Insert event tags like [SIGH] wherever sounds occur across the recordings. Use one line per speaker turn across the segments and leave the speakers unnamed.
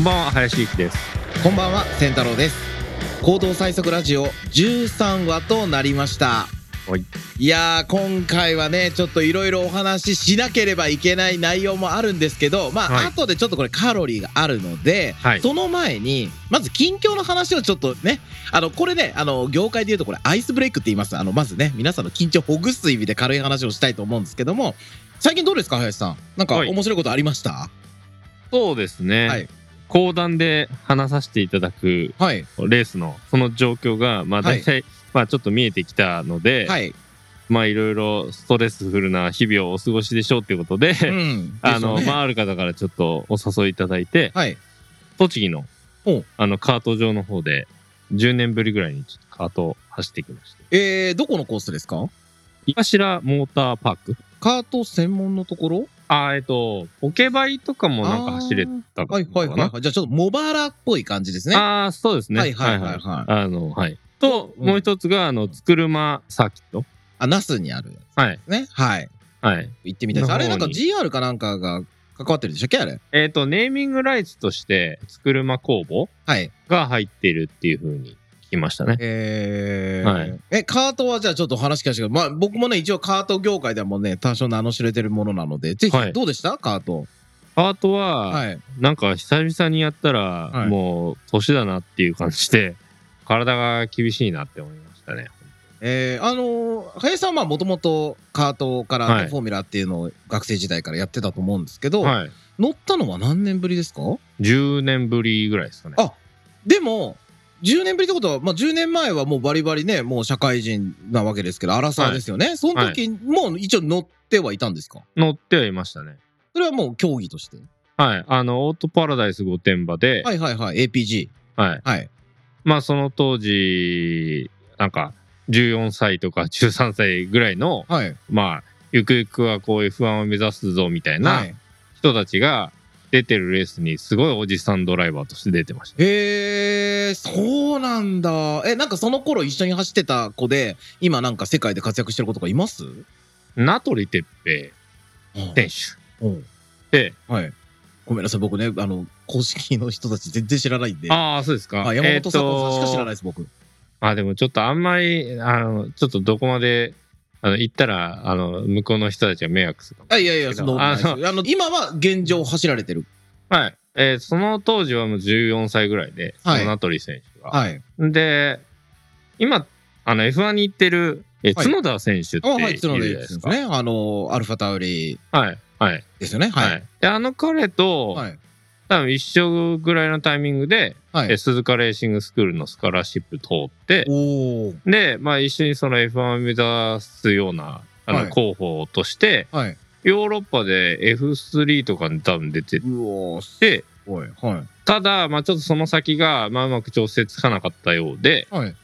んばんは林幸です
こんばんは、千太郎です。行動最速ラジオ13話となりました。
はい。
いやー、今回はね、ちょっといろいろお話ししなければいけない内容もあるんですけど、まあ、
はい
後でちょっとこれカロリーがあるので、
はい
その前に、まず近況の話をちょっとね、あの、これね、あの、業界で言うとこれアイスブレイクって言います。あの、まずね、皆さんの緊張をほぐす意味で軽い話をしたいと思うんですけども、最近どうですか、林さん。なんか
はい
面白いことありました、
そうですね、
はい
講談で話させていただく
はい。
レースのその状況がまあ
はい
大体、まあちょっと見えてきたので、 [LAUGHS]
はい。
まあいろいろストレスフルな日々をお過ごしでしょうっていうことで、
ん
あの、
ですよね
まあある方からちょっとお誘いいただいて
はい。
栃木の
おう
あのカート場の方で10年ぶりぐらいにちょっとカートを走ってきました
えー、どこのコースですか
井頭モーターパーク
カート専門のところ
あーえっとポケバイとかもなんか走れたのかな
はいはいはいはい。じゃあちょっとモバラっぽい感じですね。は
ああ、そうです
い
ね。
はいはいはい。
あの、はい。と、
うん
もう一つが、あの、つくるまサーキット。
あ、那須にある
はい。
ね。はい。
はい。
行ってみたいです。
の方
あれ
に
なんか GR かなんかが関わってるでしたっけあれ。
えっ、と、ネーミングライツとして、つくるま工房
はい。
が入っているっていうふうに聞きましたね。
えー
はい
え、カートはじゃあちょっと話聞かせてください。まあ僕もね、一応カート業界ではもうね、多少名の知れてるものなので、ぜ
は
ひ、
い
どうでしたカート。
あとは、
はい。
なんか久々にやったら、
い
もう、年だなっていう感じで、体が厳しいなって思いましたね。
えー、あのー林さんはまあもともとカートからね、
はい
フォーミュラっていうのを学生時代からやってたと思うんですけど、
はい。
乗ったのは何年ぶりですか
10年ぶりぐらいですかね。
あでも10年ぶりってことは、まあ、10年前はもうバリバリねもう社会人なわけですけどアラサーですよね、その時、もう一応乗ってはいたんですか
乗ってはいましたね。
それはもう競技として
はい。あの、オートパラダイス御殿場で、
はいはいはい APG
はい。
はい
まあその当時なんか14歳とか13歳ぐらいの
はい
まあゆくゆくはこう F1 を目指すぞみたい
は
ない人たちが出てるレースにすごいおじさんドライバーとして出てました。
へえそうなんだえなんかその頃一緒に走ってた子で今なんか世界で活躍してる子とかいます
名取哲平選
うん
手で、
はいごめんなさい僕ねあの公式の人たち全然知らないんで
ああそうですか。
はい山本佐藤さんしか知らない
い。
です僕
まあでもちょっとあんまりあのちょっとどこまであの行ったらあの向こうの人たちは迷惑するかも
あいやいや、その、
あ
あの、あの今は現状走られてる。
はい。えーその当時はもう14歳ぐらいで、
はい
その名取選手が。
はい。
で、今、あの F1 に行ってる、え、
はい
角田選手って
あ、
い
はい、
るじゃ
角
な
田
い
裕
で
一
す
選
か。
手ね。あの、アルファタウリ
はい、はい、
ですよね。
は
はいい。。
で、あの彼と、
はい。
多分一緒ぐらいのタイミングで、
はい
え。鈴鹿レーシングスクールのスカラシップ通って、
おー。
で、まあ一緒にその F1 を目指すような、あ
は
の、
い
候補として、
はい。
ヨーロッパで F3 とかに多分出て
うおー、す
て、
ごい。は
ただ、まあちょっとその先が、まあうまく調整つかなかったようで、
い。はい。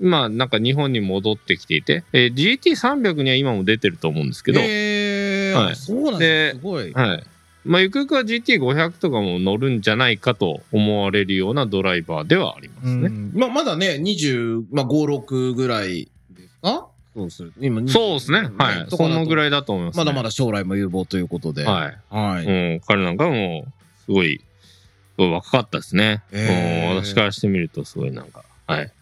まあなんか日本に戻ってきていて、えー GT300 には今も出てると思うんですけど、
えー、
はい
あそうなんで
で
すねすごい。
はいまあ、ゆくゆくは GT500 とかも乗るんじゃないかと思われるようなドライバーではありま
う
すね。
ん。まあ、まだね、25、6ぐらいですかそうする。今、20
そうですね。はい。そのぐ
い。
らいだと思います、ね。
まだまだ将来も有望ということで。。
はい。
はいい。
うん、彼なんかも、すごい、すごい若かったですね。
へー
うん私からしてみると、すごいなんか、はい。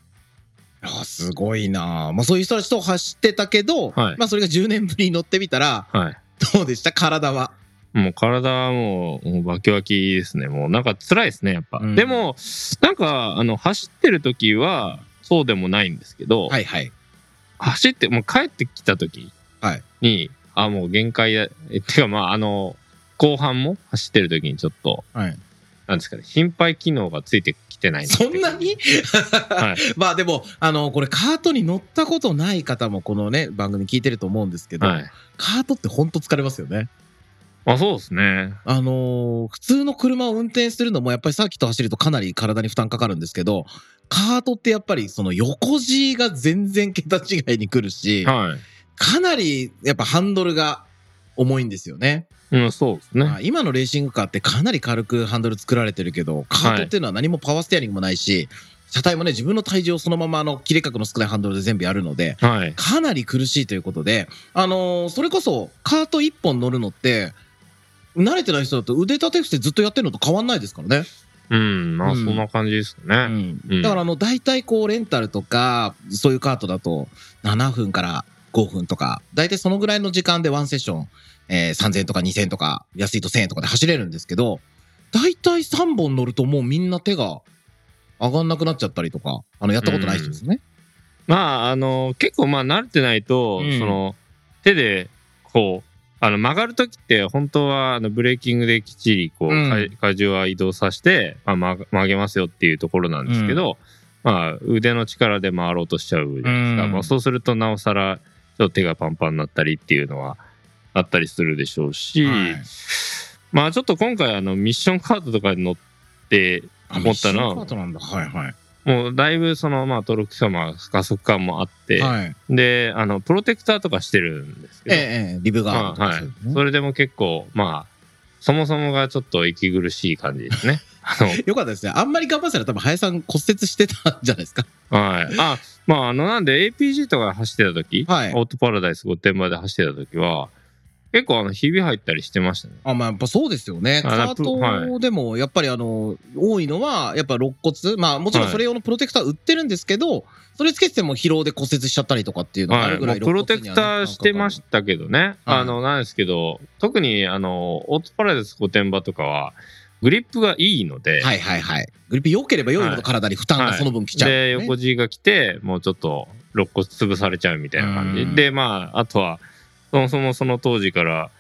あすごいなあまあ、そういう人たちと走ってたけど、
はい
まあ、それが10年ぶりに乗ってみたら、
はい。
どうでした体は。
もう体はもう、もうバキバキですね。もうなんか辛いですね、やっぱ。
うん
でも、なんか、あの、走ってる時は、そうでもないんですけど、
はいはい。
走って、もう帰ってきた時
はい
に、あ、もう限界だ。えてか、まあ、あの、後半も走ってる時にちょっと、
はい、
なんですかね、心肺機能がついてきてないってい
そう
か
んなに
はい。
[LAUGHS] まあでも、あの、これカートに乗ったことない方もこのね、番組聞いてると思うんですけど、
はい。
カートって本当疲れますよね。
まあ、そうですね。
あのー普通の車を運転するのもやっぱりサーキット走るとかなり体に負担かかるんですけど、カートってやっぱりその横 G が全然桁違いに来るし、
はい。
かなりやっぱハンドルが重いんですよね。
うん、そうですね。
まあ今のレーシングカーってかなり軽くハンドル作られてるけど、カートっていうのは何もパワーステアリングもないし、車体もね、自分の体重をそのままあの切れ角の少ないハンドルで全部やるので、
はい。
かなり苦しいということで、あのーそれこそカート1本乗るのって、慣れてない人だと腕立て伏せずっとやってるのと変わんないですからね。
うん、ま
う
あ
ん
そんな感じですか
う
ね。
ん
うん
だからあの大体こうレンタルとかそういうカートだと7分から5分とか大体そのぐらいの時間でワンセッション、えー3000とか2000とか安いと1000円とかで走れるんですけど大体3本乗るともうみんな手が上がんなくなっちゃったりとかあのやったことない人ですね。
まああの結構まあ慣れてないと、
うん
その手でこうあの曲がる時って本当はあのブレーキングできっちりこう、
うん
か荷重は移動させて、まあ、曲が曲げますよっていうところなんですけど、まあ腕の力で回ろうとしちゃうじゃないですか、
うん
まあ、そうするとなおさらちょっと手がパンパンになったりっていうのはあったりするでしょうし、
はい
まあちょっと今回あのミッションカートとかに乗って
あ
思ったな
ミッションカートなんだ。はいはい。
もうだいぶそのまあトロックさま加速感もあって、
はい。
であのプロテクターとかしてるんですけ
ええ
ど、
ええリブ
ま
ガード
あ
とか
は
そう
いう
のね
それでも結構まあそもそもがちょっと息苦しい感じです
[LAUGHS]
ね。あ
よかったですね。あんまり頑張ってたら多分林さん骨折してたんじゃないですか。
のはい、あまああのなんで APG とか走ってた時、
はい
オートパラダイス御殿場で走ってた時は結構あのひび入ったりしてましたね。
あまあ、やっぱそうですよね。カ
あラップ
ートでも、やっぱりあの、多いのは、やっぱ肋骨。まあ、もちろん
はい
それ用のプロテクター売ってるんですけど、それつけてても疲労で骨折しちゃったりとかっていうのがあ
は
る
い、も
ぐら
う
い、
プロテクターしてま
た。
したけどね、あのなんですけど特にあのオートパラダイス御殿場とかはグリップがいいので、
はいはいはい。グリップ良ければ良いほ
は
ど
い
体に負担がその分きちゃう、
で横地が来てもうちょっと肋骨潰されちゃうみたいな感
うん
じでまああとはそもそもその当時から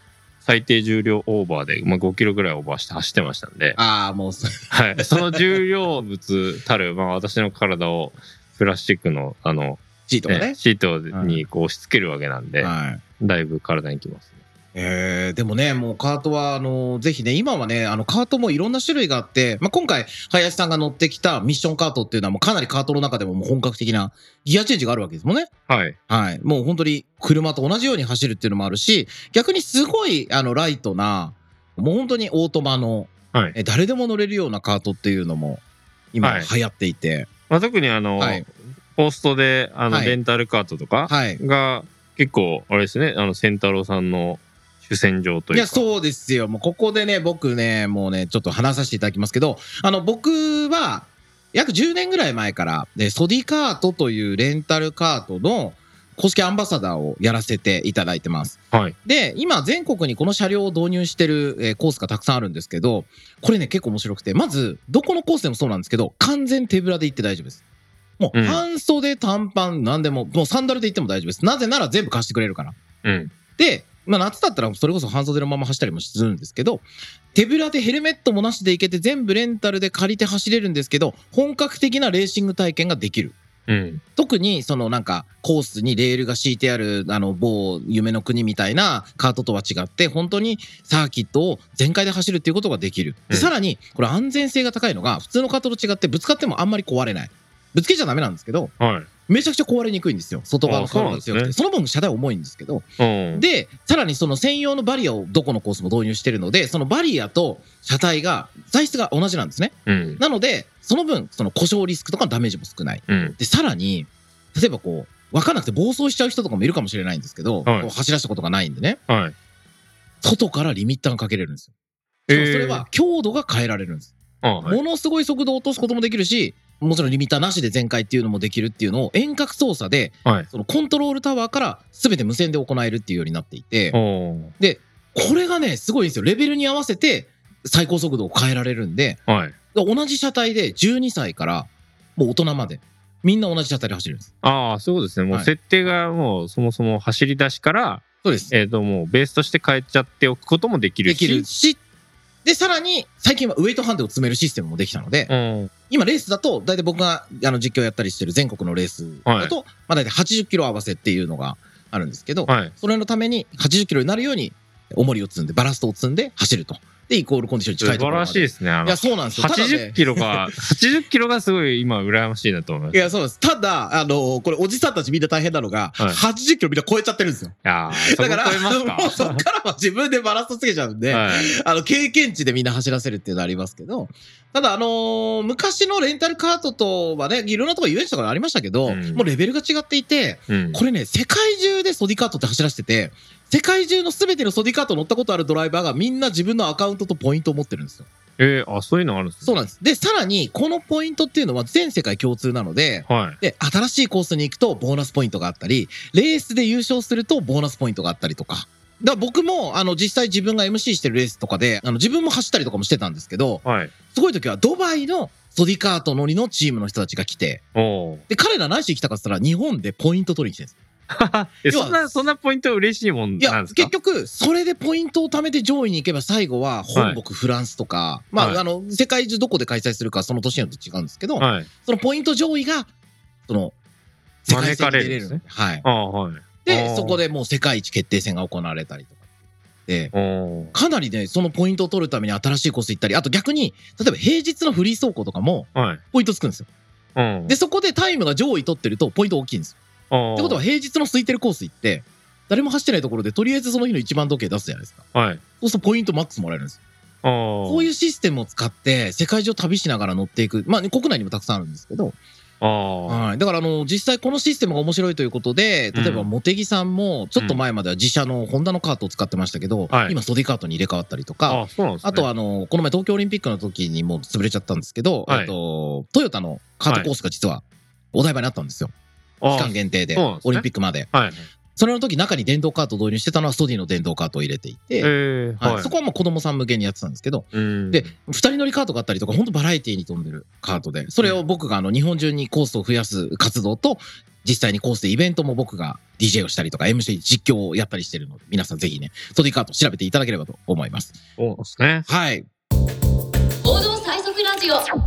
最低重量オーバーで、まあ、5キロぐらいオーバーして走ってましたんで、
ああ、もう [LAUGHS] そ、
はい、その重量物たる、まあ、私の体をプラスチックのあの、
G とか
ね
ね。
シートにこう押し付けるわけなんで、
はい。
だいぶ体にきます、ね、
えー、でもね、もうカートは、あの、ぜひね、今はね、あの、カートもいろんな種類があって、まあ、今回、林さんが乗ってきたミッションカートっていうのは、もうかなりカートの中でももう本格的なギアチェンジがあるわけですもんね。
はい
はい。もう本当に車と同じように走るっていうのもあるし、逆にすごい、あの、ライトな、もう本当にオートマの、
はい
え誰でも乗れるようなカートっていうのも、今
はい
流行っていて、
まあ、特にあの、
はい
ポストであの、
はい
レンタルカートとか
はい。い、
が結構あれですねあの仙太郎さんの主戦場というか
や、そうですよ。もうここでね、僕ね、もうね、ちょっと話させていただきますけど、あの、僕は、約10年ぐらい前から、でソディカートというレンタルカートの公式アンバサダーをやらせていただいてます。
はい
で、今、全国にこの車両を導入してるえーコースがたくさんあるんですけど、これね、結構面白くて、まず、どこのコースでもそうなんですけど、完全手ぶらで行って大丈夫です。もう、
うん
半袖、短パン、なんでも、もうサンダルで行っても大丈夫です。なぜなら全部貸してくれるから。
うん
で、まあ、夏だったらそれこそ半袖のまま走ったりもするんですけど、手ぶらでヘルメットもなしで行けて、全部レンタルで借りて走れるんですけど、本格的なレーシング体験ができる。
うん
特にそのなんかコースにレールが敷いてあるあの某夢の国みたいなカートとは違って本当にサーキットを全開で走るっていうことができる、
う
で
ん
さらにこれ安全性が高いのが普通のカートと違ってぶつかってもあんまり壊れないぶつけちゃダメなんですけど
はい
めちゃくちゃ壊れにくいんですよ外側の
あそう
カー
な
ト
ん
が
ですね
強くてその分車体重いんですけど
うん
でさらにその専用のバリアをどこのコースも導入してるのでそのバリアと車体が材質が同じなんですね
うん
なのでその分その故障リスクとかダメージも少ない
うん
でさらに例えばこう分かんなくて暴走しちゃう人とかもいるかもしれないんですけど、
はい
こう走らしたことがないんでね
はい
外からリミッターがかけれるんですよ、しかもそれは強度が変えられるんで
え
す、
ーあはい
ものすごい速度を落とすこともできるしもちろんリミッターなしで全開っていうのもできるっていうのを遠隔操作で、
はい
そのコントロールタワーから全て無線で行えるっていうようになっていて
おー
これがねすごいんですよレベルに合わせて最高速度を変えられるんで
はい
同じ車体で12歳からもう大人までみんな同じ車体で走るんです
ああそうですねもう
はい
設定がもうそもそも走り出しから
そうです
えっ、ともうベースとして変えちゃっておくこともできる
で
し
きるし、で、さらに、最近はウエイトハンデを詰めるシステムもできたので、
うん
今レースだと、大体僕があの実況やったりしてる全国のレースだと、まあ大体80キロ合わせっていうのがあるんですけど、
はい
それのために80キロになるように、重りを積んで、バラストを積んで走ると。で、イコールコンディションに
素
近いとこ
晴
ろま
ら
で
しいですねあ
い
の
や、そうなんですよ。ただ
80
ね、
キロ
[LAUGHS]
が80キロがすごい今羨ましいなと思いま
い
すい
や、そうです。ただ、あの、これ、おじさんたちみんな大変なのが、
はい
80キロみんな超えちゃってるんですよ。
やーそ
だ
こ
から、
超えます
もうそっからは自分でバラストつけちゃうんで、
かはい
あの、経験値でみんな走らせるっていうのはありますけど、ただ、あのー昔のレンタルカートとはね、いろんなとこ遊園地とかありましたけど、
うん
もうレベルが違っていて、
うん
これね、世界中でソディカートって走らせてて、世界中の全てのソディカート乗ったことあるドライバーがみんな自分のアカウントとポイントを持ってるんですよ。
えー、あ、そういうのあるんですね。
そうなんです。で、さらに、このポイントっていうのは全世界共通なので、
はい。
で、新しいコースに行くとボーナスポイントがあったり、レースで優勝するとボーナスポイントがあったりとか。だから僕も、あの、実際自分が MC してるレースとかで、あの、自分も走ったりとかもしてたんですけど、
はい。
すごい時はドバイのソディカート乗りのチームの人たちが来て、
お
[LAUGHS]
お。
で、彼ら何しに来たかって言ったら、日本でポイント取りに来てるんです。
え、
要は
そんな、そんなポイント嬉しいもん
い
な
や、
んですか
結局、それでポイントを貯めて上位に行けば、最後は本国、フランスとか、まあ、
はい
あの、世界中どこで開催するか、その年によって違うんですけど、
はい。
そのポイント上位が、その、世界戦
招か
に出れる
れるんで
の
すね
はい。
ああ、はい。あ
で、
ー
そこでもう世界一決定戦が行われたりとか。で、
おお。
かなりね、そのポイントを取るために新しいコース行ったり、あと逆に、例えば平日のフリー走行とかも、
はい。
ポイントつくんですよ。
うん。
で、そこでタイムが上位取ってると、ポイント大きいんですよ。
っ
ってことは、平日の空いてるコース行って、誰も走ってないところで、とりあえずその日の一番時計出すじゃないですか。
は、はい。
そうするとポイントマックスもらえるんですよ。
あこ
こういうシステムを使って、世界中を旅しながら乗っていく。まあ、ね、国内にもたくさんあるんですけど、
あ
はい、だからあの実際このシステムが面白いということで例えば
うん
茂木さんもちょっと前までは自社のホンダのカートを使ってましたけど、
はい
今袖カートに入れ替わったりと
あ。
か
ああ、そうなんですね。
あとはあのこの前東京オリンピックの時にもう潰れちゃったんですけど、
はい
えっとトヨタのカートコースが実はお台場にあったんですよ
あ
期
あ
間限定で
そうなんですね
オリンピックまで
はい。
それの時中に電動カートを導入してたのはソディの電動カートを入れていて、
ええ
はい
はい。
そこはもう子供さん向けにやってたんですけど
うん。
で、2人乗りカートがあったりとか、本当バラエティに富んでるカートで、それを僕があの日本中にコースを増やす活動と、実際にコースでイベントも僕が DJ をしたりとか、MC 実況をやったりしてるので、皆さんぜひね、ソディカート調べていただければと思います。
そうですね。
はい。
王道最速ラジオ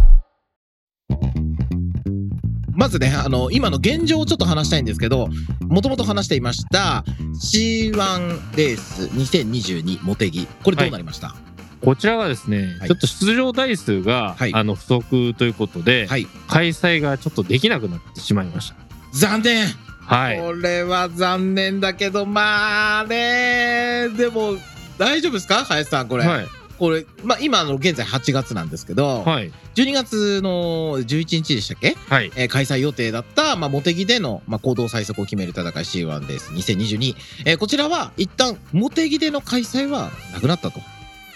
まずね、あの、今の現状をちょっと話したいんですけど、もともと話していました、C1 レース2022モテギ。これどうなりました、
こちらはですね、
はい
ちょっと出場台数が、
はい
あの不足ということで、
はい
開催がちょっとできなくなってしまいました。
残念
はい。
これは残念だけど、まあね、でも、大丈夫ですか林さん、これ。
はい。
これ、まあ、今あの、現在8月なんですけど、
はい。
12月の11日でしたっけ、
はい。
えー開催予定だった、まあ、茂木での、まあ、行動最速を決める戦い C1 です。2022。えーこちらは、一旦、茂木での開催はなくなったと。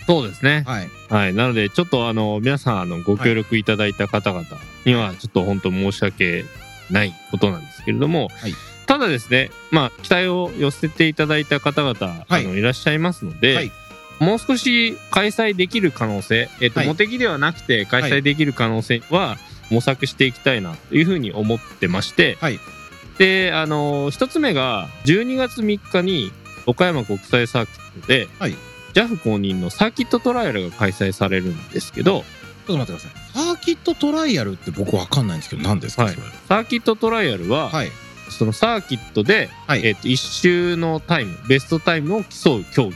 そうですね。
はい。
はい。なので、ちょっとあの、皆さん、あの、ご協力いただいた方々には、ちょっと本当申し訳ないことなんですけれども、
はい
ただですね、まあ、期待を寄せていただいた方々、
はい
い、あのいらっしゃいますので、
はい
もう少し開催できる可能性、えっ、と、
はい
茂木ではなくて開催できる可能性は模索していきたいなというふうに思ってまして、
はい
で、あの、一つ目が、12月3日に岡山国際サーキットで、
はい
JAF 公認のサーキットトライアルが開催されるんですけど、
ちょっと待ってください。サーキットトライアルって僕わかんないんですけど、何ですか、
はい
それ
サーキットトライアルは、
はい。
そのサーキットで、
はい
えっと1周のタイムベストタイムを競う競技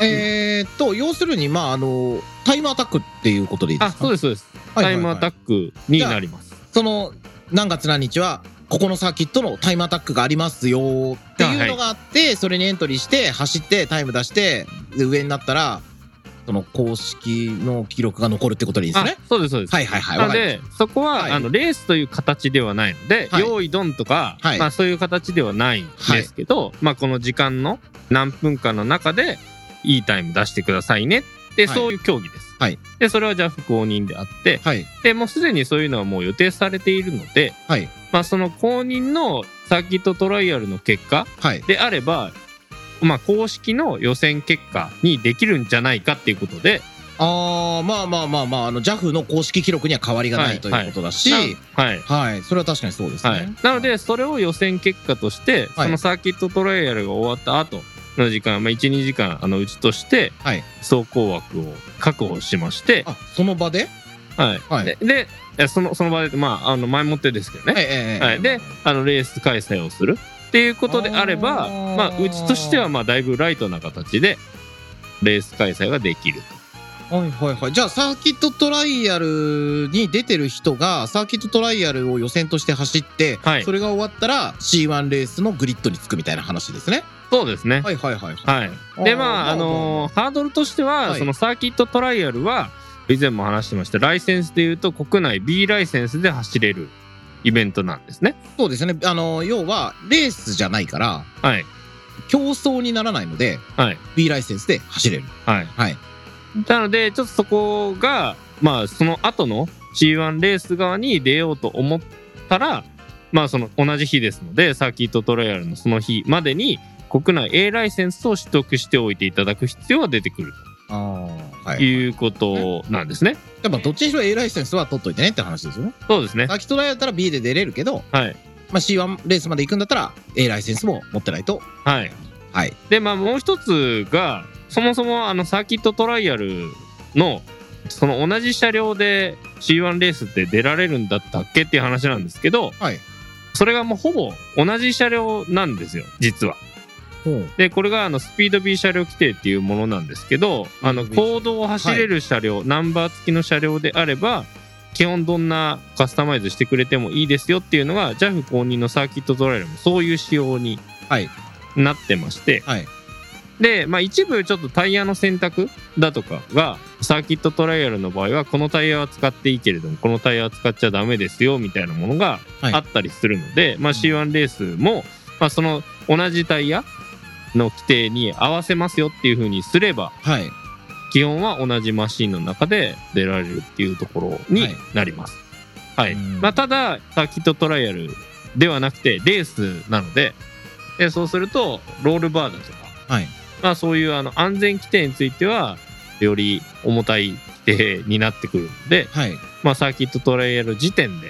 えーっと、要するに、まあ、あの、タイムアタックっていうことでいいで
あ
すか
そうですそうです、
はいはい
タ
はい
イムアタックになります
その何月何日はここのサーキットのタイムアタックがありますよっていうのがあって、それにエントリーして走ってタイム出してで上になったらその公式の記録が残るってことでいいですね
あそうですそうです
はいはいはい
な
わ
の
かりま
でそこは、
はい
あのレースという形ではないので、
はい
用意ドンとか、
はい
まあ、そういう形ではないんですけど、まあ、この時間の何分間の中でいいタイム出してくださいねで、
はい
そういう競技です、
はい
でそれは JAF 公認であって
したはい
でもうすでにそういうのはもう予定されているので、
はい
まあ、その公認のサーキットトライアルの結果
はい
であれば、まあ、公式の予選結果にできるんじゃないかっていうことで、
あーまあまあまあまああの JAF の公式記録には変わりがないということだし、はい
なはい
それは確かにそうですね、
はい、なのでそれを予選結果として、
はい
そのサーキットトライアルが終わった後の時間、まあ、12時間あのうちとして、
はい
走行枠を確保しまして、
あその場で
はい
はい
ででえそのその場で、まあ、あの前もってですけどね、
ええええ
はい、であのレース開催をするっていうことであれば
あー
まあ、うちとしてはまあだいぶライトな形でレース開催ができる
はいはいはい。じゃあ、サーキットトライアルに出てる人が、サーキットトライアルを予選として走って、
はい
それが終わったら C1 レースのグリッドにつくみたいな話ですね。
そうですね。
はいはいはいはい。
はい、
あ
で
ー
まああのーハードルとしては、
はい
そのサーキットトライアルは以前も話してましたライセンスでいうと国内 B ライセンスで走れるイベントなんですね。
そうですね。あの、要は、レースじゃないから、
はい
競争にならないので、
はい
B ライセンスで走れる。
はい、
はい。
なので、ちょっとそこが、まあ、その後の C1 レース側に出ようと思ったら、まあ、その同じ日ですので、サーキットトライアルのその日までに、国内 A ライセンスを取得しておいていただく必要は出てくる
ああ、は
と
い。
いうことなんですね。
やっぱどっちにしろ A ライセンスは取っといてねって話ですよね。
そうですね。
先トライだったら B で出れるけど、
はい。
まあ、C1 レースまで行くんだったら A ライセンスも持ってないと。
はい。
はい。
でまあもう一つがそもそもあのサーキットトライアルのその同じ車両で C1 レースって出られるんだったっけっていう話なんですけど、
はい
それがもうほぼ同じ車両なんですよ実は。でこれがあのスピード B 車両規定っていうものなんですけどあの
B
公道を走れる車両、ナンバー付きの車両であれば基本どんなカスタマイズしてくれてもいいですよっていうのが JAF 公認のサーキットトライアルもそういう仕様に
はい
なってまして、
はい。
で、まあ、一部ちょっとタイヤの選択だとかがサーキットトライアルの場合はこのタイヤは使っていいけれどもこのタイヤは使っちゃダメですよみたいなものが
はい
あったりするので、まあ、C1 レースも、まあ、その同じタイヤの規定に合わせますよっていう風にすれば
はい。
基本は同じマシンの中で出られるっていうところに
はい
なります。はい
うん
まあ、ただサーキットトライアルではなくてレースなのででそうするとロールバーだとか
はい。
まあ、そういうあの安全規定についてはより重たい規定になってくるので、
はい。
まあ、サーキットトライアル時点で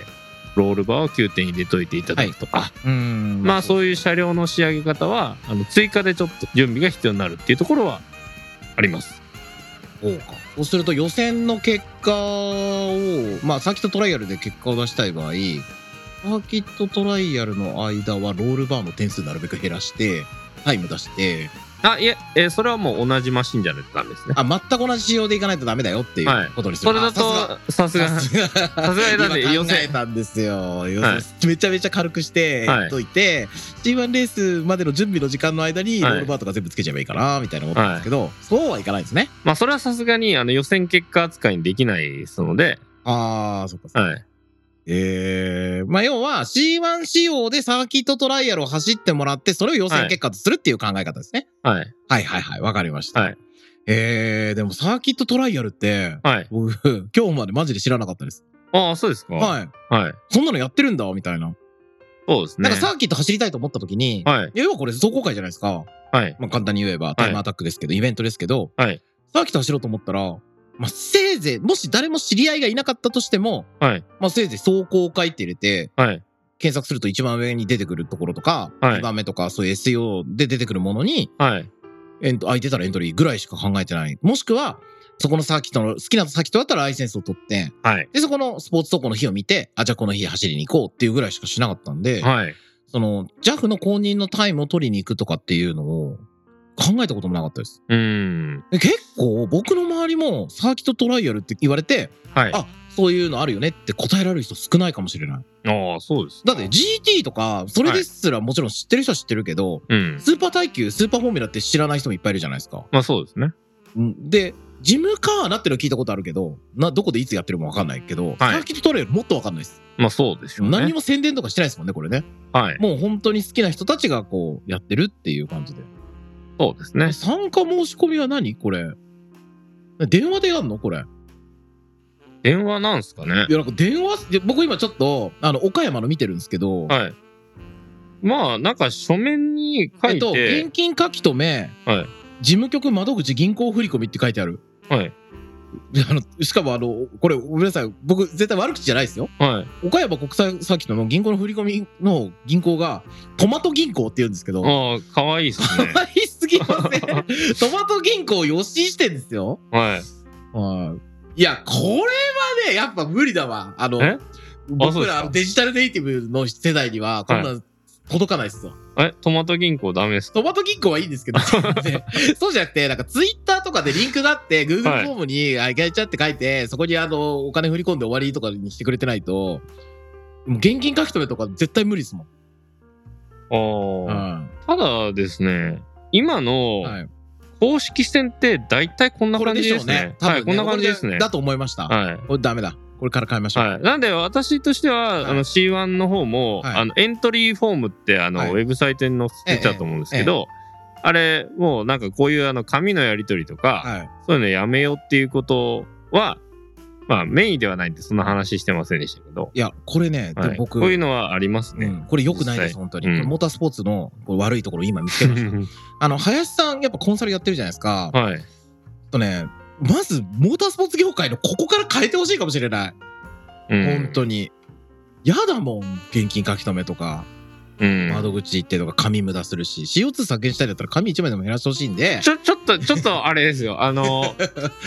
ロールバーを9点入れといていただくとか、
うん
まあ、そういう車両の仕上げ方はあの追加でちょっと準備が必要になるっていうところはあります。
そうか。そうすると予選の結果を、まあ、サーキットトライアルで結果を出したい場合、サーキットトライアルの間はロールバーの点数なるべく減らして、タイム出して、
あいええーそれはもう同じマシンじゃないとダメですね。
あ、全く同じ仕様でいかないとダメだよってい
はいう
ことにす
それ
る。
だ
あ
とさすが
さすが。さすが
さすがにだって
今
予
考え
選
たんですよ。予
は
選めちゃめちゃ軽くして、
はい
やっといて、C1 レースまでの準備の時間の間にロ
はい
ールバーとか全部つけちゃえばいいかな、みたいな思ったんですけど、そうはいかないですね。
まあそれはさすがにあの予選結果扱いにできないですので、
ああ、そっかそっか。
はい、
ええまあ要は C1 仕様でサーキットトライアルを走ってもらって、それを予選結果とするっていう考え方ですね。
はい、
はいはいはい、わかりました。
はい
ええでもサーキットトライアルって、
はい。
僕、 [LAUGHS] 今日までマジで知らなかったです。
ああ、そうですか。
はい。
はい。
そんなのやってるんだ、みたいな。
そうですね。
なんかサーキット走りたいと思った時に、
はい、
いや要はこれ走行会じゃないですか。
はい、
まあ簡単に言えば、タイムアタックですけど、イベントですけど、
はい
サーキット走ろうと思ったら、まあせいぜい、もし誰も知り合いがいなかったとしても、
はい、
まあせいぜい走行会って入れて、
はい。
検索すると一番上に出てくるところとか、
はい
2番目とか、そういう SEO で出てくるものに、
はい。
エント空いてたらエントリーぐらいしか考えてない。もしくは、そこのサーキットの、好きなサーキットだったらライセンスを取って、
はい。
で、そこのスポーツ投稿の日を見て、あ、じゃあこの日走りに行こうっていうぐらいしかしなかったんで、
はい。
その、JAF の公認のタイムを取りに行くとかっていうのを考えたこともなかったです。
うーん。
で結構、僕の周りもサーキットトライアルって言われて、
はい。あ
あ、そういうのあるよねって答えられる人少ないかもしれない。
あ、そうです。
だって GT とか、それですらもちろん知ってる人は知ってるけど、
うん。
スーパー耐久、スーパーフォーミュラって知らない人もいっぱいいるじゃないですか。
まあそうですね。
うんで、ジムカーナってのは聞いたことあるけど、な、どこでいつやってるかわかんないけど、サーキットトレイルもっとわかんないです。
まあそうでしょうね。
何にも宣伝とかしてないですもんね、これね。
はい。
もう本当に好きな人たちがこう、やってるっていう感じで。
そうですね。
参加申し込みは何これ。電話でやんのこれ。
電話なんすかね
い。や、なんか電話、で僕今ちょっと、あの、岡山の見てるんですけど、
はい。まあ、なんか書面に書
えっ
い
と、
て、
現金書き留め、
はい
事務局窓口銀行振込って書いてある。
はい。
であのしかもあの、これ、ごめんなさい、僕、絶対悪口じゃないですよ。
はい。
岡山国際サーキットの銀行の振り込みの銀行が、トマト銀行って言うんですけど、
ああ、かわいいです
[LAUGHS]
ね。
可愛すぎ
[LAUGHS]
ません。トマト銀行を予習してんですよ。
はい。
はい。いや、これはね、やっぱ無理だわ。あの
え、そう
僕
です
ら
か
デジタルネイティブの世代には、こんなん届かないですよ。
え、トマト銀行ダメですか
トマト銀行はいい
[LAUGHS]
んですけど、でそうじゃなくて、なんかツイッターとかでリンクがあって、Google フ
はい
ォームに、あ、いけちゃって書いて、そこにあの、お金振り込んで終わりとかにしてくれてないと、もう現金書き留めとか絶対無理ですもん。う
ああ。た
ん。
だですね、今の
はい。
公式戦って大体こんな
これ
感
で
じ
し
で
ょう
すね
ね。。多分
は
ね
い、こんな感じです
こ
ね
れ。だと思いました。
はい。
これダメだ。これから変えましょう。
はい、なんで私としては、
はい
あの C1 の方も、
はい
あのエントリーフォームってあの、
はい
ウェブサイトに載せてたと思うんですけど、あれ、もうなんかこういうあの紙のやり取りとか、
はい。
そういうのやめようっていうことは、まあメインではないんで、そんな話してませんでしたけど、
いや、これね、で
は
も
い、こ
僕、
ういうのはあります
う
ね。
ん、これ良くないで
実
す、
際
本当に。
うん
これモータースポーツのこれ悪いところを今見つけ
[LAUGHS]
ました。あの、林さん、やっぱコンサルやってるじゃないですか。
はい。
ちょっとね、まず、モータースポーツ業界のここから変えてほしいかもしれない。
うん
本当に。やだもん、現金書き留めとか、
うん
窓口行ってとか、紙無駄するし、CO2 削減したいんだったら紙1枚でも減らしてほしいんで。
ちょ、ちょっと、ちょっとあれですよ。あ
[LAUGHS]
の、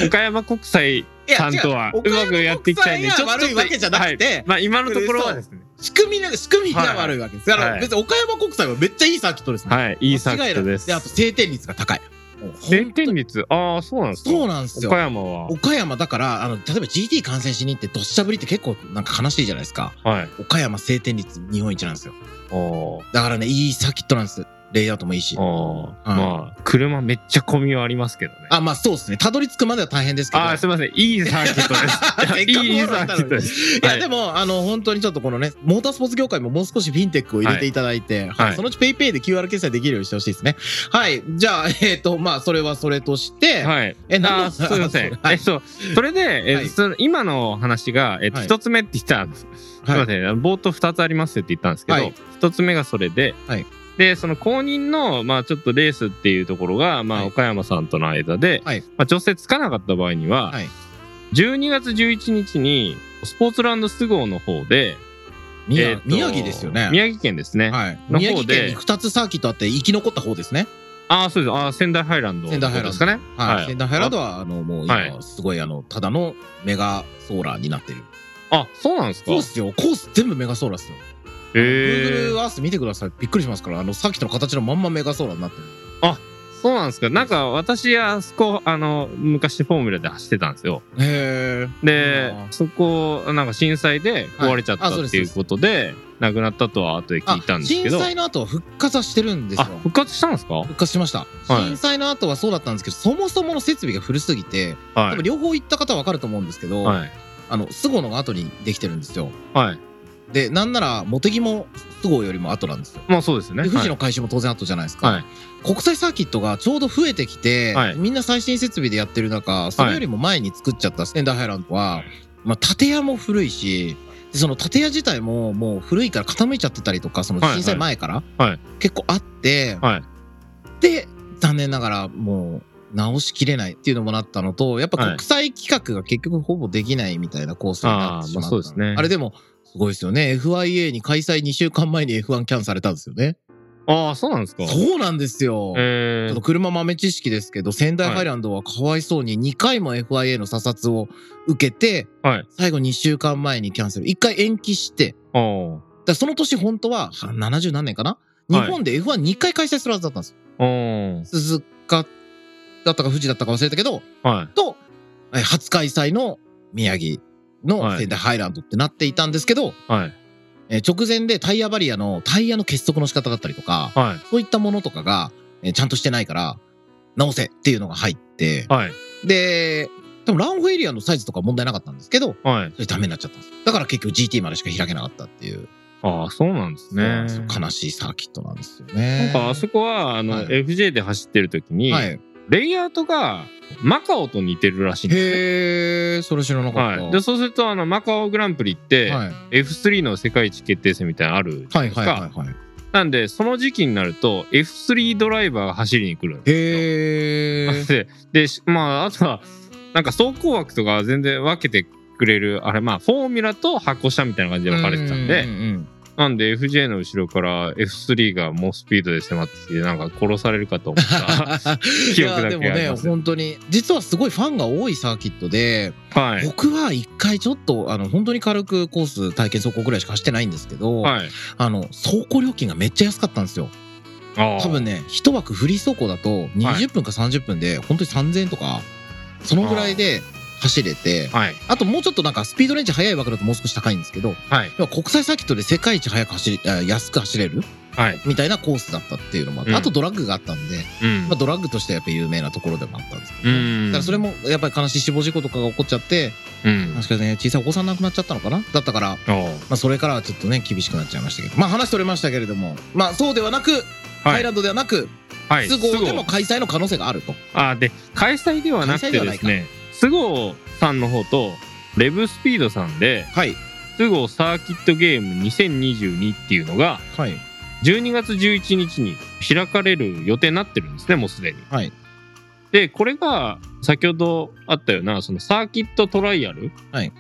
岡山国際
いや
さんとはうまくやっていきたいんで、
違う
ちょ
岡山国際が悪いわけじゃなくて
はいまあ今のところはですね、
仕組みが、仕組みが悪いわけです。だから
はい
別に岡山国際はめっちゃいいサーキットですね。
はい、いい作
間違いな
品
く
です
で、。あと晴天率が高い。もう本当
前
に
転率、ああ、そうなんですか。
そうなんですよ
岡。山は。
岡山だから、あの、例えば GT 観戦しに行ってどっしゃぶりって結構なんか悲しいじゃないですか。
はい。
岡山晴天率日本一なんですよ。
おー
だからね、いいサーキットなんです。レイアウトもいいし。
おー
うん
まあ、車めっちゃ混みはありますけどね。
あ、まあそうですね。たどり着くまでは大変ですけど。
ああ、すみません。いいサーキットです。
[LAUGHS] せっかく
いい
フォローした
サーキッ
のに
トです。
いや、
はい
でも、あの、本当にちょっとこのね、モータースポーツ業界ももう少しフィンテックを入れていただいて、はい
はい
そのうちペイペイで QR 決済できるようにしてほしいですね。はい。じゃあ、えっ、と、まあ、それはそれとして、
はい。
え、何の。
あーすみません
は
え、
い。
そう。それで、え
はい
その今の話が、えっと、
はい
一つ目って言ったんです。すみ
は
ま
い。
せん、冒頭2つありますって言ったんですけど、
はい
1つ目がそれで、
はい
でその公認の、まあ、ちょっとレースっていうところが、ま
は
あ、
い
岡山さんとの間で、
はい
まあ、調整つかなかった場合には、
はい
12月11日にスポーツランド菅生の方で、
宮
えーと
宮城ですよね。
宮城県ですね、
はい、
の方で
宮城県に2つサーキットあって生き残った方ですね。
ああそうですああ仙台ハイランド
仙台ハイランド
ですかね
はい。
はい
仙台ハイランドは、あの、もう
はい
今、すごい、あの、ただのメガソーラーになってる。
あそうなんですか
そうっすよ。コース全部メガソーラーっすよ。
へえ
Google Earth 見てください。びっくりしますから、あの、サーキットの形のまんまメガソーラーになってる。
そうなんですかなんか私あそこあの昔フォーミュラで走ってたんですよ
へ
で
う、ん
そこ、なんか震災で壊れちゃった
はいあそうです
っていうことで、亡くなったとは後で聞いたんですけど
震、災の後は復活はしてるんです
あ、
よ。
復活したんですか
復活しました。
はい
震災の後はそうだったんですけど、そもそもの設備が古すぎて、多
は
分
い。
両方行った方は分かると思うんですけど、
はい。
あの、菅野が後にできてるんですよ。
はい。
で、なんなら、茂木も菅生よりも後なんですよ。
まあそうですね。
で富士
は
の回収も当然後じゃないですか、
い。はい
国際サーキットがちょうど増えてきて、
はい
みんな最新設備でやってる中それよりも前に作っちゃったステンダーハイランドは、まあ、建屋も古いしでその建屋自体ももう古いから傾いちゃってたりとかその震災前から、
はいはい
結構あって、
はい
で残念ながらもう直しきれないっていうのもなったのとやっぱ
はい
国際規格が結局ほぼできないみたいなコースになってしまった
あーまあそうですね
あれでもすごいですよね FIA に開催2週間前に F1 キャンされたんですよね
ああ、そうなんですか
そうなんですよ。ち
えー
ょっと車豆知識ですけど、仙台ハイランドはかわいそうに2回も FIA の査察を受けて、
はい
最後2週間前にキャンセル。1回延期して、
あー
だからその年本当はは70何年かな日
はい
本で F12 回開催するはずだったんですよ。
あー。
鈴鹿だったか富士だったか忘れたけど、
はい。
と、え初開催の宮
は
城の
い
仙台ハイランドってなっていたんですけど、
はい。
えー直前でタイヤバリアのタイヤの結束の仕方だったりとか、
はい。
そういったものとかが、えーちゃんとしてないから、直せっていうのが入って、
はい。
で、多分ランフエリアのサイズとか問題なかったんですけど、
はい。
それダメになっちゃったんですよだから結局 GT までしか開けなかったっていう、
ああ、そうなんです
そう
ね。
なんですよ悲しいサーキットなんですよね。
なんかあそこは、あの、
はい
FJ で走ってる時に、
はい。
レイアウトがマカオと似てるらしいんですね。
へー、それ知らなかった。
はい。で、そうすると、あの、マカオグランプリって、
はい
F3 の世界一決定戦みたいなのあるじゃな
は
いいです
はい
か
は。いはい。
なんで、その時期になると、F3 ドライバーが走りに来るんですよ。
へー。
でで、しまあ、あとは、なんか走行枠とかは全然分けてくれる、あれ、まあ、フォーミュラと発行車みたいな感じで分かれてたん
う
で、
んうん [LAUGHS]
なんで FJ の後ろから F3 が猛スピードで迫ってきて、なんか殺されるかと思った。
[LAUGHS] うん。い
記憶
や
だ
で
け
も
あり
ね
ます
本当に実はすごいファンが多いサーキットで、
はい。
僕は一回ちょっとあの本当に軽くコース体験走行ぐらいしか走ってないんですけど、
はい。
あの走行料金がめっちゃ安かったんですよ
ああ。
多分ね一枠フリー走行だと20分か30分で本当に3000円とかそのぐらいで走れて
はい。
あともうちょっとなんかスピードレンジ速い枠だともう少し高いんですけど
はい。
要は国際サーキットで世界一速く走りあ安く走れる
はい。
みたいなコースだったっていうのもあって、
うん
あとドラッグがあったんで、
うん
まあ、。ドラッグとしてはやっぱ有名なところでもあったんですけど、
うん
だからそれもやっぱり悲しい死亡事故とかが起こっちゃって
うん。
確かね小さいお子さん亡くなっちゃったのかなだったから、ま
あ
あ、それからはちょっとね厳しくなっちゃいましたけどまあ話取れましたけれどもまあそうではなく、
あは
ハイ
い。
ランドではなく
はい、
都合でも開催の可能性があると。
あで開催ではなくてですね菅生さんの方とレブスピードさんで
はい。
菅生サーキットゲーム2022っていうのが
はい。
12月11日に開かれる予定になってるんですねもうすでに。
はい
でこれが先ほどあったようなそのサーキットトライアル
はい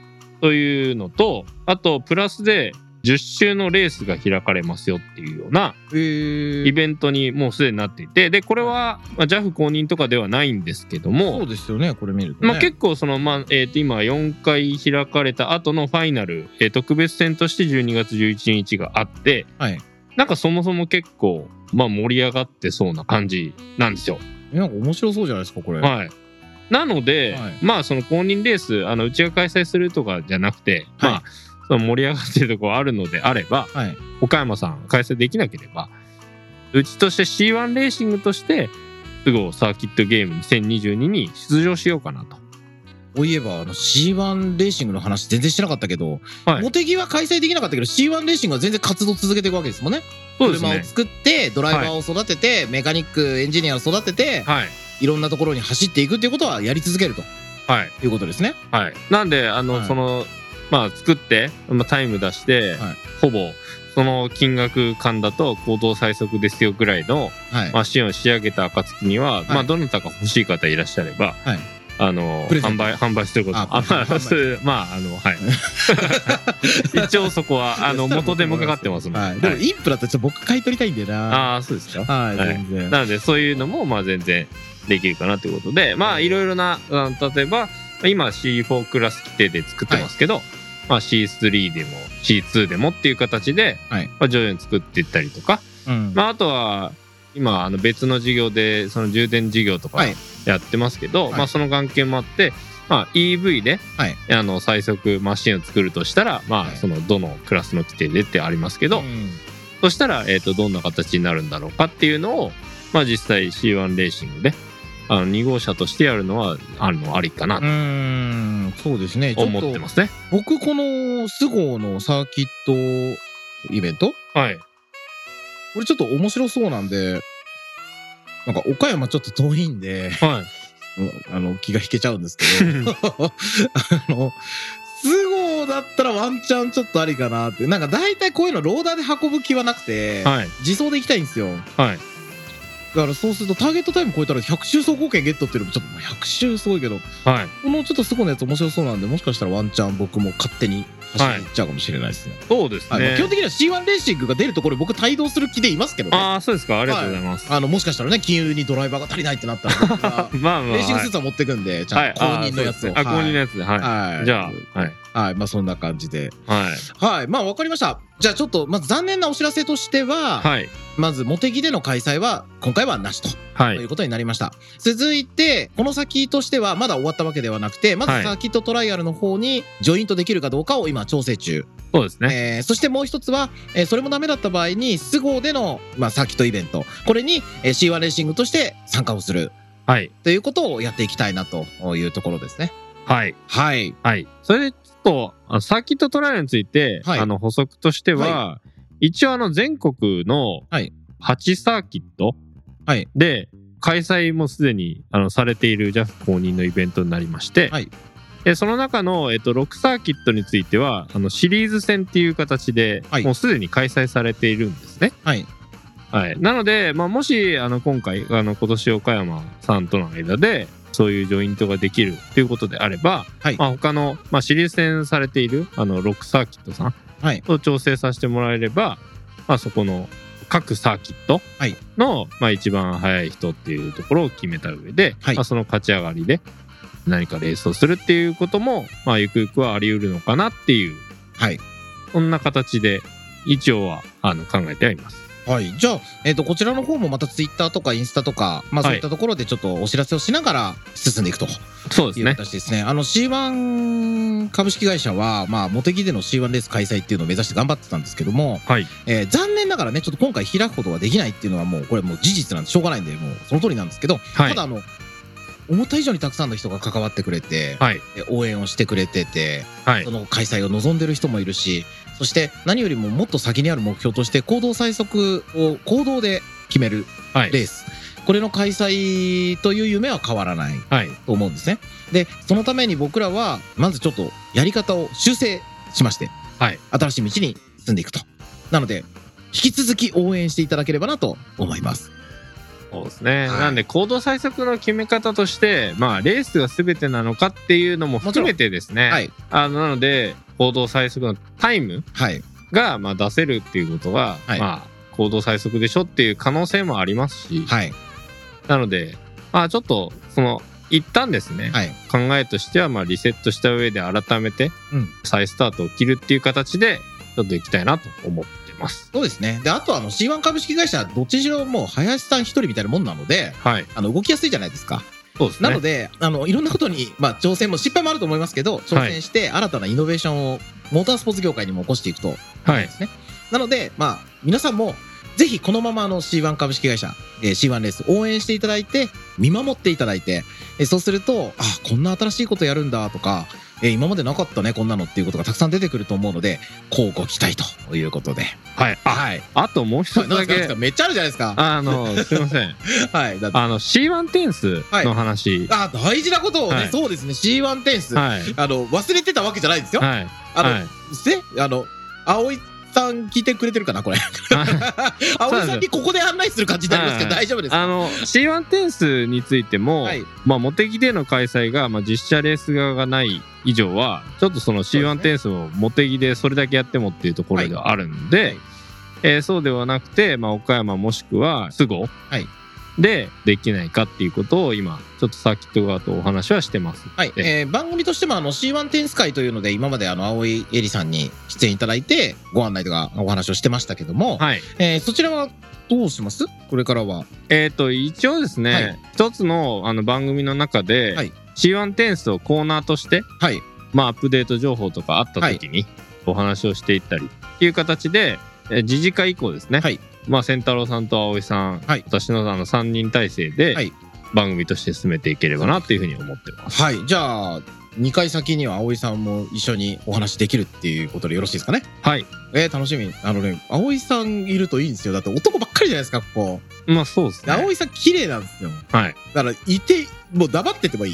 というのと、あとプラスで10周のレースが開かれますよっていうような
えー
イベントにもうすでになっていてでこれはまあ JAF 公認とかではないんですけども、
そうですよね、これ見ると、ね。
まあ、結構その、まあえー、と今4回開かれた後のファイナル、えー特別戦として12月11日があって
はい。
なんかそもそも結構、まあ、盛り上がってそうな感じなんですよ。
えなんか面白そうじゃないですか、これ。
はいなので、
はい
まあその公認レースあのうちが開催するとかじゃなくて、
はい
まあその盛り上がってるところあるのであれば、
はい
岡山さん開催できなければうちとして C1 レーシングとしてすぐサーキットゲーム2022に出場しようかなと。
そういえば、あの C1 レーシングの話全然してなかったけど、
はい
茂木は開催できなかったけど、C1 レーシングは全然活動続けていくわけですもんね。
そうです
車を
ね。
作って、ドライバーを育てて、メカニック、エンジニアを育てて、
はい
いろんなところに走っていくっていうことはやり続けると
はい
いうことですね。
はい。なんであの、
はい
そのまあ作って、まあ、タイム出して、
はい
ほぼその金額間だと行動最速ですよぐらいの
はい。
まあ、資を仕上げた暁には、
い
まあ、どなたか欲しい方いらっしゃれば、
はい
あの
プレゼン
販
ト
売販売すること
あ
あまあ
販売
そういうまああのはい
[LAUGHS]
一応そこはあの元手もかかってますので、
はい。でも、
はい
インプだったらちょっと僕買い取りたいんだよな。
ああそうですか
はい、
はい
全然。
なのでそういうのもまあ全然できるかなということでまあいろいろなあの例えば今 C4 クラス規定で作ってますけど、まあ、C3 でも C2 でもっていう形で、
はい
まあ、徐々に作っていったりとか
うん
まあ、あとは今あの別の事業でその充電事業とか
はい
やってますけど、
はい
まあ、その関係もあって、まあ、EV で、
はい
あの最速マシンを作るとしたら、ま
は
あ、
い
そのどのクラスの規定でってありますけど、
うん
そしたら、えー、とどんな形になるんだろうかっていうのを、まあ、実際 C1 レーシングであの2号車としてやるのはあのありかな
うーん、そうですね。ち
と
ょっ
思って
と
ますね。
僕、このスゴのサーキットイベント
はい、
これちょっと面白そうなんで、なんか岡山ちょっと遠いんで、
[LAUGHS]
[LAUGHS]
はい
うんあの、気が引けちゃうんですけど、 [LAUGHS] あの、スゴだったらワンチャンちょっとありかなって、なんか大体こういうのローダーで運ぶ気はなくて、
はい
自走で行きたいんですよ。
はい
だからそうするとターゲットタイム超えたら100周走行券ゲットっていうのもちょっとまあ100周すごいけど
はい、
このちょっとスゴのやつ面白そうなんでもしかしたらワンチャン僕も勝手に走りに行っちゃうかもしれないですね、
そうです
はいまあ
ね
基。本的には C1 レーシングが出るところ僕帯同する気でいますけどねあ
ああそうですかありがとうございます。
のもしかしたらね金融にドライバーが足りないってなったら僕
[LAUGHS]
が
まあまあ、
レーシング
は
ス
い
ーツは持ってくんでち
は
ゃん
い
と公認のやつを、
あ公認の
や
やつではい、
はい、
じゃあはい
あはいまあそんな感じで
はい
はいまあわかりましたじゃあちょっとまず残念なお知らせとしては、
はい
まず茂木での開催は今回はなしと
は
とい
いう
ことになりました。続いて、この先としてはまだ終わったわけではなくて、ま
はい
ずサーキットトライアルの方にジョイントできるかどうかを今調整中。
そうですね
えーそしてもう一つは、えーそれもダメだった場合に、スゴーでの、まあ、サーキットイベント、これに、えー C1 レーシングとして参加をする
はい
ということをやっていきたいなというところですね。
はい
はい。
はいそれでちょっとあのサーキットトライアルについて、
はい
あの補足としては、一応あの全国の
はい
8サーキット
はい
で開催もすでにあのされている JAF 公認のイベントになりまして、
はい
でその中の、えっと、6サーキットについてはあのシリーズ戦っていう形で、
はい
もうすでに開催されているんですね。
はい。
はい、なので、まあ、もしあの今回あの今年岡山さんとの間でそういうジョイントができるということであれば、
はい
まあ、他の、まあ、シリーズ戦されているあの6サーキットさん
はい
と調整させてもらえれば、まあ、そこの各サーキット
はい
の、まあ、一番速い人っていうところを決めた上で、
はい
まあ、その勝ち上がりで何かレースをするっていうことも、まあ、ゆくゆくはあり得るのかなっていう
はい。
そんな形で一応はあの考えてはいます。
はい。じゃあ、えっ、と、こちらの方もまたツイッターとかインスタとか、
は
まあ
い
そういったところでちょっとお知らせをしながら進んでいくと。
そうです
いう
ね
形ですね。あの C1 株式会社は、まあ、茂木での C1 レース開催っていうのを目指して頑張ってたんですけども、
はい
えー残念ながらね、ちょっと今回開くことができないっていうのはもう、これもう事実なんでしょうがないんで、もうその通りなんですけど、
はい
ただあの、思った以上にたくさんの人が関わってくれて、
はい
え応援をしてくれてて、
はい
その開催を望んでる人もいるし、そして何よりももっと先にある目標として、行動最速を行動で決める
はい
レース。これの開催という夢は変わらない
はい。
と思うんですね。で、そのために僕らは、まずちょっとやり方を修正しまして、
はい
新しい道に進んでいくと。なので、引き続き応援していただければなと思います。
そうですね、
はい
なんで行動対策の決め方として、まあ、レースが全てなのかっていうのも含めてですね、
はい。
あのなので行動最速のタイム
はい。
がまあ出せるっていうことは、
はい
まあ、行動最速でしょっていう可能性もありますし、
はい。
なので、まあ、ちょっとその一旦ですね、
はい。
考えとしてはまあリセットした上で改めて
うん
再スタートを切るっていう形でちょっといきたいなと思ってます。
そうですね。で、あとあの C1 株式会社、どっちにしろもう林さん一人みたいなもんなので、
はい、
あの動きやすいじゃないですか。
そうですね。
なので、あのいろんなことに、まあ、挑戦も失敗もあると思いますけど挑戦して新たなイノベーションをモータースポーツ業界にも起こしていくと
は
で
い、
すね、なので、まあ、皆さんもぜひこのままあの C1 株式会社、えー C1 レース応援していただいて見守っていただいて、えーそうするとあこんな新しいことやるんだとか、えー今までなかったねこんなのっていうことがたくさん出てくると思うのでこうご期待ということで
はい、あ
はい
あともう一つ
なん
だ
すかなんす
け
かめっちゃあるじゃないですか
あのすいませ
[LAUGHS]
ん
はいだって
あの C1 テンスの話
あ大事なことをね、
はい
そうですね C1 点数、
はい
あの忘れてたわけじゃないですよ、
はい
あの、
はい
[LAUGHS] ね、あの、葵さん聞いてくれてるかな、これ。
はい
[LAUGHS] 葵さんにここで案内する感じになりますけど、
はい
大丈夫ですか
あの C1 テンスについても、
はい。
まあ茂木での開催がまあ実写レース側がない以上はちょっとその
そうです
C1
ね
テンスを茂木でそれだけやってもっていうところではあるんで、
はい
えーそうではなくて、まあ、岡山もしくは都合
い
でできないかっていうことを今ちょっとサーキット側とお話はしてます。
はい。
え
えー番組としても、あの、C1 テニス会というので、今まで、あの、葵恵里さんに出演いただいて、ご案内とかお話をしてましたけども、
はい
えーそちらはどうしますこれからは。
えー、と一応ですね、
はい
一つのあの番組の中で、
はい
C1 テンスをコーナーとして、
はい。
まあ、アップデート情報とかあった時にお話をしていったりっていう形で、えー時事会以降ですね、
はい
まあ、仙太郎さんと葵さん、
はい
私のあの3人体制で、
はい
番組として進めていければなっていうふうに思ってます。
はい。じゃあ、2回先には葵さんも一緒にお話できるっていうことでよろしいですかね
はい、
えー楽しみ。あのね、葵さんいるといいんですよ。だって男ばっかりじゃないですか、ここ。
まあそうです
で
ね。
葵さん綺麗なんですよ
はい、
だからいてもう黙っててもい
[LAUGHS]
い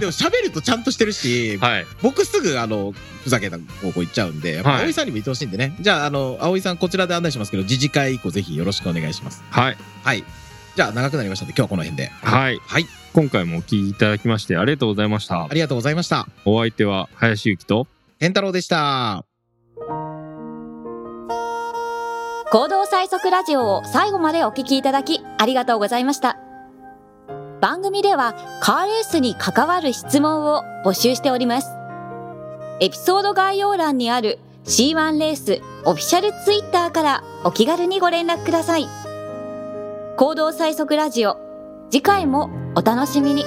でも喋るとちゃんとしてるし
はい、
僕すぐあのふざけた方向行っちゃうんでやっぱ
はい
葵さんにもいてほしいんでね、じゃああの葵さんこちらで案内しますけど自治会以降ぜひよろしくお願いします
はい、
はいじゃあ長くなりましたので今日はこの辺で
はい、
はい
今回もお聞きいただきましてありがとうございました
あ。りがとうございました
お相手は林幸と
健太郎でした
行動最速ラジオを最後までお聞きいただきありがとうございました番組ではカーレースに関わる質問を募集しておりますエピソード概要欄にある C1 レースオフィシャルツイッターからお気軽にご連絡ください行動最速ラジオ次回もお楽しみに